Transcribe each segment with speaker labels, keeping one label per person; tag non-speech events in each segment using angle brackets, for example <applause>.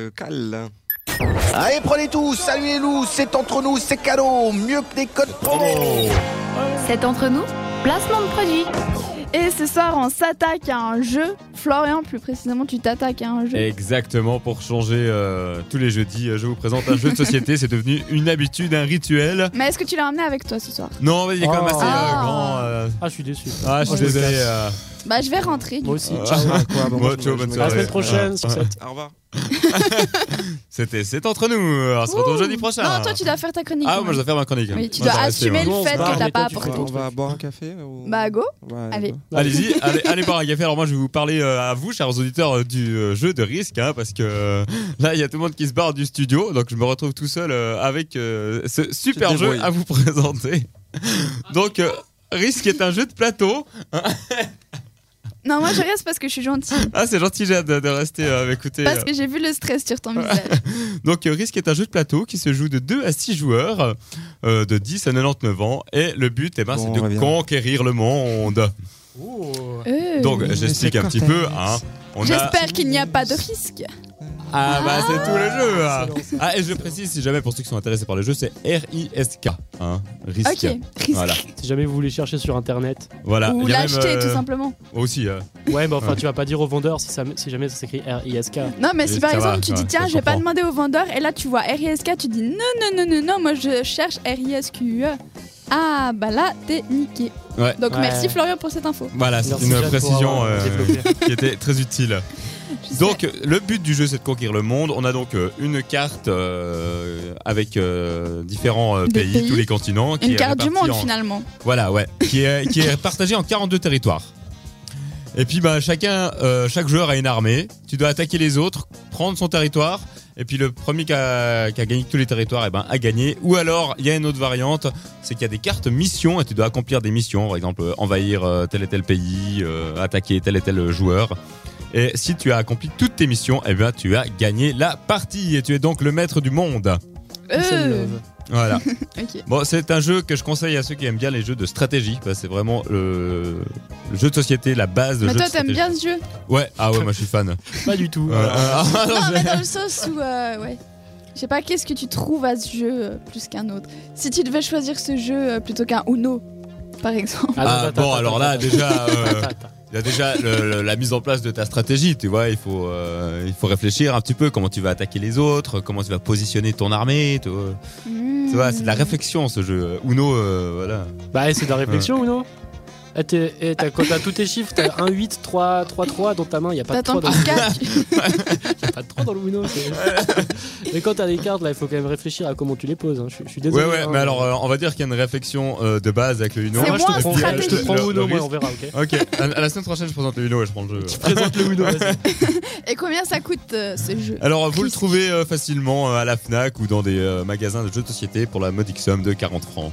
Speaker 1: Euh, Cal.
Speaker 2: Allez, prenez tout, saluez nous c'est entre nous, c'est cadeau, mieux que des codes promo.
Speaker 3: C'est entre nous, placement de produit.
Speaker 4: Et ce soir, on s'attaque à un jeu. Florian, plus précisément, tu t'attaques à un jeu.
Speaker 5: Exactement, pour changer euh, tous les jeudis, euh, je vous présente un jeu de société. C'est devenu une habitude, un rituel.
Speaker 4: Mais est-ce que tu l'as amené avec toi ce soir
Speaker 5: Non, mais il est quand même assez euh,
Speaker 4: Ah.
Speaker 5: grand. euh.
Speaker 6: Ah, je suis déçu.
Speaker 5: Ah, je suis
Speaker 6: Oh, je me
Speaker 5: désolé.
Speaker 6: casse.
Speaker 5: euh.
Speaker 4: Bah, je vais rentrer.
Speaker 6: Moi aussi.
Speaker 5: Ah.
Speaker 6: Ciao.
Speaker 1: quoi,
Speaker 5: Bon, ciao, bonne
Speaker 6: À la
Speaker 5: Ouais.
Speaker 6: semaine prochaine sur cette.
Speaker 1: Au revoir.
Speaker 5: C'était C'est entre nous. euh, On se retrouve
Speaker 4: Ouh.
Speaker 5: jeudi prochain.
Speaker 4: Non, toi, tu dois faire ta chronique.
Speaker 5: Ah, moi
Speaker 4: quand
Speaker 5: je
Speaker 4: même.
Speaker 5: dois faire ma chronique.
Speaker 4: Oui, tu
Speaker 5: Moi,
Speaker 4: dois
Speaker 5: je reste, moi.
Speaker 4: assumer le
Speaker 6: Bon,
Speaker 4: fait
Speaker 6: on se barre,
Speaker 4: que t'as
Speaker 6: mais
Speaker 4: pas
Speaker 6: toi, tu
Speaker 4: apporté.
Speaker 6: feras-
Speaker 1: On va boire un café ou...
Speaker 4: Ah, Bah, go.
Speaker 1: Ouais,
Speaker 4: allez.
Speaker 5: Allez-y, allez, allez boire un café. Alors moi je vais vous parler euh, à vous, chers auditeurs, euh, du euh, jeu de risque, hein, parce que euh, là il y a tout le monde qui se barre du studio, donc je me retrouve tout seul euh, avec euh, ce super
Speaker 1: Tu te
Speaker 5: jeu
Speaker 1: débrouilles.
Speaker 5: à vous <laughs> présenter. Donc euh, risque est un jeu de plateau.
Speaker 4: Non, moi, je reste parce que je suis gentille.
Speaker 5: Ah c'est gentil Jade de rester euh, à m'écouter.
Speaker 4: Parce que j'ai vu le stress sur ton visage.
Speaker 5: Donc euh, Risk est un jeu de plateau qui se joue de 2 à 6 joueurs euh, de 10 à 99 ans et le but eh ben,
Speaker 1: Bon,
Speaker 5: c'est
Speaker 1: on
Speaker 5: de
Speaker 1: revient.
Speaker 5: conquérir le monde.
Speaker 6: Oh.
Speaker 4: Euh,
Speaker 5: Donc
Speaker 1: Mais
Speaker 5: j'explique
Speaker 1: c'est
Speaker 5: un petit
Speaker 1: cortex.
Speaker 5: peu. Hein. On a...
Speaker 4: J'espère qu'il n'y a pas de risque.
Speaker 5: Ah bah c'est tout le jeu. hein.
Speaker 6: Excellent.
Speaker 5: Ah et je précise si jamais pour ceux qui sont intéressés par le jeu c'est R-I-S-K. Hein, Risk.
Speaker 4: Ok, risque.
Speaker 5: Voilà.
Speaker 6: Si jamais vous voulez chercher sur internet.
Speaker 5: voilà.
Speaker 4: Ou
Speaker 5: Il y a
Speaker 4: l'acheter,
Speaker 5: même, euh,
Speaker 4: tout simplement.
Speaker 5: Aussi. euh,
Speaker 6: Ouais, mais enfin, tu vas pas dire au vendeur si, ça- si jamais ça s'écrit R-I-S-K.
Speaker 4: Non, mais
Speaker 5: Oui,
Speaker 4: si par
Speaker 5: ça
Speaker 4: exemple
Speaker 5: va,
Speaker 4: tu
Speaker 5: ça
Speaker 4: dis
Speaker 5: va,
Speaker 4: tiens,
Speaker 5: ça
Speaker 4: je vais pas
Speaker 5: comprend.
Speaker 4: demander au vendeur, et là tu vois RISK, tu dis non, non, non, non, non, moi je cherche RISQE. E. Ah bah là t'es niqué.
Speaker 5: Ouais.
Speaker 4: Donc
Speaker 6: Ouais.
Speaker 4: merci Florian pour cette info.
Speaker 5: Voilà, c'est
Speaker 6: Merci,
Speaker 5: une
Speaker 6: Jade, pour
Speaker 5: précision
Speaker 6: avoir
Speaker 5: euh,
Speaker 6: <laughs> développé.
Speaker 5: qui était très utile.
Speaker 4: <laughs> Je sais.
Speaker 5: Donc le but du jeu c'est de conquérir le monde. On a donc euh, une carte euh, avec euh, différents euh,
Speaker 4: Des
Speaker 5: pays,
Speaker 4: pays.
Speaker 5: tous les continents. qui
Speaker 4: une
Speaker 5: est
Speaker 4: carte du
Speaker 5: répartie
Speaker 4: monde
Speaker 5: en-
Speaker 4: finalement.
Speaker 5: Voilà, ouais. Qui est, qui est partagée en 42 territoires. Et puis bah, chacun, euh, chaque joueur a une armée. Tu dois attaquer les autres, prendre son territoire. Et puis le premier qui a, qui a gagné tous les territoires, eh ben, a gagné. Ou alors, il y a une autre variante, c'est qu'il y a des cartes missions et tu dois accomplir des missions. Par exemple, euh, envahir euh, tel et tel pays, euh, attaquer tel et tel joueur. Et si tu as accompli toutes tes missions, eh bien, tu as gagné la partie et tu es donc le maître du monde.
Speaker 6: Ça
Speaker 4: Euh,
Speaker 6: innove.
Speaker 5: Voilà.
Speaker 4: ok.
Speaker 5: Bon, c'est un jeu que je conseille à ceux qui aiment bien les jeux de stratégie. parce que c'est vraiment le... le jeu de société, la base de
Speaker 4: Mais
Speaker 5: jeu
Speaker 4: toi
Speaker 5: de
Speaker 4: t'aimes
Speaker 5: stratégie.
Speaker 4: bien ce jeu
Speaker 5: Ouais, ah ouais, moi je suis <laughs> fan.
Speaker 6: Pas du tout.
Speaker 5: Ouais. Ah, non,
Speaker 4: Non,
Speaker 5: j'ai-
Speaker 4: mais dans le sens où. euh, ouais. Je sais pas, qu'est-ce que tu trouves à ce jeu euh, plus qu'un autre Si tu devais choisir ce jeu euh, plutôt qu'un Uno, par exemple.
Speaker 6: non,
Speaker 5: Ah,
Speaker 6: attends,
Speaker 5: bon,
Speaker 6: attends,
Speaker 5: alors là,
Speaker 6: attends,
Speaker 5: déjà,
Speaker 6: attends,
Speaker 5: euh,
Speaker 6: attends.
Speaker 5: Il y a déjà le- le- la mise en place de ta stratégie, tu vois. Il faut, euh, il faut réfléchir un petit peu comment tu vas attaquer les autres, comment tu vas positionner ton armée. Tu vois, Tu vois, c'est de la réflexion ce jeu. Uno, euh, voilà.
Speaker 6: Bah, eh, c'est de la réflexion ou non Eh, t'es- eh, t'as- Quand t'as tous tes chiffres, t'as 1, 8, 3, 3, 3 dans ta main, y a pas de 3
Speaker 4: T'attends
Speaker 6: dans
Speaker 4: plus qu'à.
Speaker 6: y a pas de 3 dans le Uno. c'est-
Speaker 5: <laughs>
Speaker 6: Mais quand t'as des cartes, là, il faut quand même réfléchir à comment tu les poses. hein. Je suis- je suis
Speaker 5: Ouais,
Speaker 6: désolé.
Speaker 5: ouais,
Speaker 6: hein.
Speaker 5: mais alors, euh, on va dire qu'il y a une réflexion euh, de base avec le Uno.
Speaker 4: C'est
Speaker 6: Moi, je te
Speaker 4: moins
Speaker 5: euh,
Speaker 6: prends- Je te
Speaker 4: stratégique.
Speaker 6: prends
Speaker 5: Le- le
Speaker 6: Uno, moi,
Speaker 5: risque.
Speaker 6: on verra, ok
Speaker 5: Ok, à, à la semaine prochaine, je présente le Uno et je prends le jeu.
Speaker 6: Présente le Uno, vas-y.
Speaker 4: Et combien ça coûte euh, ce jeu
Speaker 5: Alors vous le
Speaker 4: Risque.
Speaker 5: trouvez euh, facilement euh, à la Fnac ou dans des euh, magasins de jeux de société pour la modique somme de 40 francs.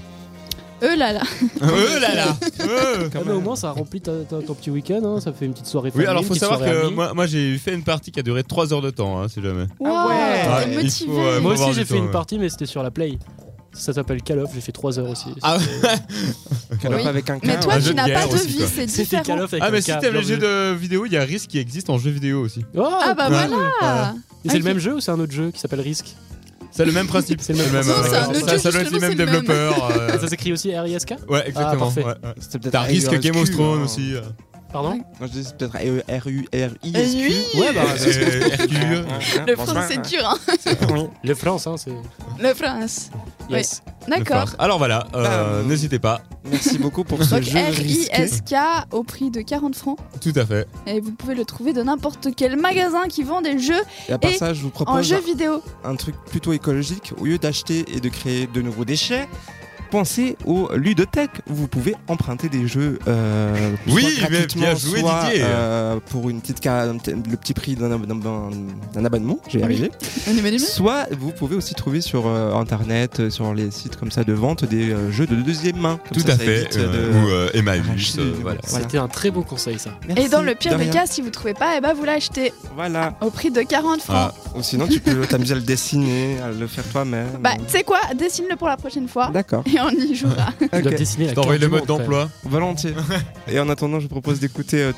Speaker 4: Euh là là.
Speaker 5: euh là là euh.
Speaker 6: Ah, mais au moins Ah ça remplit ta- ta- ton petit week-end, hein, ça fait une petite soirée.
Speaker 5: Oui
Speaker 6: famille,
Speaker 5: alors
Speaker 6: une
Speaker 5: faut
Speaker 6: petite
Speaker 5: savoir
Speaker 6: soirée
Speaker 5: que
Speaker 6: amie.
Speaker 5: moi, moi, j'ai fait une partie qui a duré 3 heures de temps hein, si jamais.
Speaker 4: Wow,
Speaker 6: Ah ouais.
Speaker 4: t'es
Speaker 5: Ouais, il
Speaker 4: motivé.
Speaker 5: faut, euh,
Speaker 6: Moi
Speaker 5: voir du
Speaker 6: aussi j'ai fait
Speaker 5: temps,
Speaker 6: une
Speaker 5: ouais.
Speaker 6: partie, mais c'était sur la Play. Ça s'appelle Call of, j'ai fait 3 heures aussi.
Speaker 5: Ah,
Speaker 1: Canapé
Speaker 4: Oui.
Speaker 1: avec un
Speaker 4: Mais
Speaker 1: quart.
Speaker 4: toi,
Speaker 5: un
Speaker 4: tu
Speaker 5: jeu de
Speaker 4: n'as pas
Speaker 5: guerre
Speaker 4: de
Speaker 5: aussi,
Speaker 4: vie,
Speaker 5: quoi.
Speaker 4: c'est
Speaker 6: <laughs> C'était
Speaker 4: différent.
Speaker 6: Call of avec
Speaker 5: ah
Speaker 6: un
Speaker 5: mais si
Speaker 6: K,
Speaker 5: t'aimes les
Speaker 6: bien
Speaker 5: jeux
Speaker 6: joué.
Speaker 5: de vidéo il y a Risk qui existe en jeu vidéo aussi.
Speaker 6: Oh,
Speaker 4: Ah bah
Speaker 6: cool.
Speaker 4: voilà
Speaker 6: Et c'est le
Speaker 4: Ok.
Speaker 6: même jeu ou c'est un autre jeu qui s'appelle Risk
Speaker 5: C'est le même principe.
Speaker 6: C'est le même
Speaker 4: Non,
Speaker 6: c'est un
Speaker 5: euh,
Speaker 6: autre
Speaker 5: ça,
Speaker 6: jeu,
Speaker 5: ça doit être
Speaker 4: justement,
Speaker 5: les mêmes
Speaker 4: c'est le même.
Speaker 5: développeurs. euh,
Speaker 6: Ça s'écrit aussi R-I-S-K
Speaker 5: ouais exactement.
Speaker 6: parfait.
Speaker 5: ouais, ouais.
Speaker 1: C'était peut-être
Speaker 5: T'as Risk
Speaker 1: RUSQ,
Speaker 5: Game of Thrones
Speaker 1: hein.
Speaker 5: aussi. euh.
Speaker 6: Pardon
Speaker 1: Non, je dis c'est peut-être R-U-R-I.
Speaker 4: Et oui,
Speaker 6: Ouais, bah
Speaker 5: Euh, RQ.
Speaker 4: le France c'est dur, hein
Speaker 6: le France, hein, c'est.
Speaker 4: Le France.
Speaker 6: Yes.
Speaker 4: D'accord.
Speaker 5: Alors voilà, euh,
Speaker 6: Ah.
Speaker 1: Bam.
Speaker 5: n'hésitez pas.
Speaker 1: Merci beaucoup pour ce
Speaker 4: Donc
Speaker 1: jeu risqué.
Speaker 4: RISK au prix de 40 francs.
Speaker 5: Tout à fait.
Speaker 4: Et vous pouvez le trouver de n'importe quel magasin qui vend des jeux
Speaker 1: Et à part
Speaker 4: Et
Speaker 1: ça, je vous
Speaker 4: en
Speaker 1: propose
Speaker 4: jeux vidéo.
Speaker 1: un truc plutôt écologique. Au lieu d'acheter et de créer de nouveaux déchets, pensez aux ludothèques où vous pouvez emprunter des jeux euh,
Speaker 5: Oui,
Speaker 1: soit
Speaker 5: mais bien
Speaker 1: gratuitement,
Speaker 5: joué,
Speaker 1: soit,
Speaker 5: Didier.
Speaker 1: euh, pour une petite ca- un petit- le petit prix d'un ab- d'un- d'un- d'un abonnement, j'ai arrivé.
Speaker 6: Eh ben.
Speaker 1: Soit vous pouvez aussi trouver sur euh, internet, euh, sur les sites comme ça de vente des euh, jeux de deuxième main. Comme
Speaker 5: Tout
Speaker 1: ça,
Speaker 5: à
Speaker 1: ça
Speaker 5: fait.
Speaker 1: évite
Speaker 5: euh,
Speaker 1: de-
Speaker 5: Ou euh, Emmaüs.
Speaker 1: Racheter
Speaker 5: euh,
Speaker 1: des
Speaker 5: Voilà.
Speaker 1: Voilà.
Speaker 6: C'était un très beau conseil, ça.
Speaker 1: Merci,
Speaker 4: Et dans le pire
Speaker 1: de
Speaker 4: des
Speaker 1: rien.
Speaker 4: cas, si vous trouvez pas, et bah vous l'achetez
Speaker 1: voilà.
Speaker 4: au prix de 40
Speaker 1: Ah.
Speaker 4: francs.
Speaker 5: Ah,
Speaker 1: Ou sinon tu peux t'amuser à le dessiner, à le faire toi-même.
Speaker 4: Bah, tu sais quoi Dessine-le pour la prochaine fois
Speaker 1: D'accord.
Speaker 6: <laughs>
Speaker 4: et on y jouera.
Speaker 6: Tu dois
Speaker 1: Ok.
Speaker 6: dessiner la
Speaker 5: Je t'envoie
Speaker 6: carte
Speaker 5: le
Speaker 6: du
Speaker 5: mode
Speaker 6: monde, quand même.
Speaker 5: <laughs> d'emploi.
Speaker 1: Volontiers. Et en attendant, je vous propose d'écouter euh,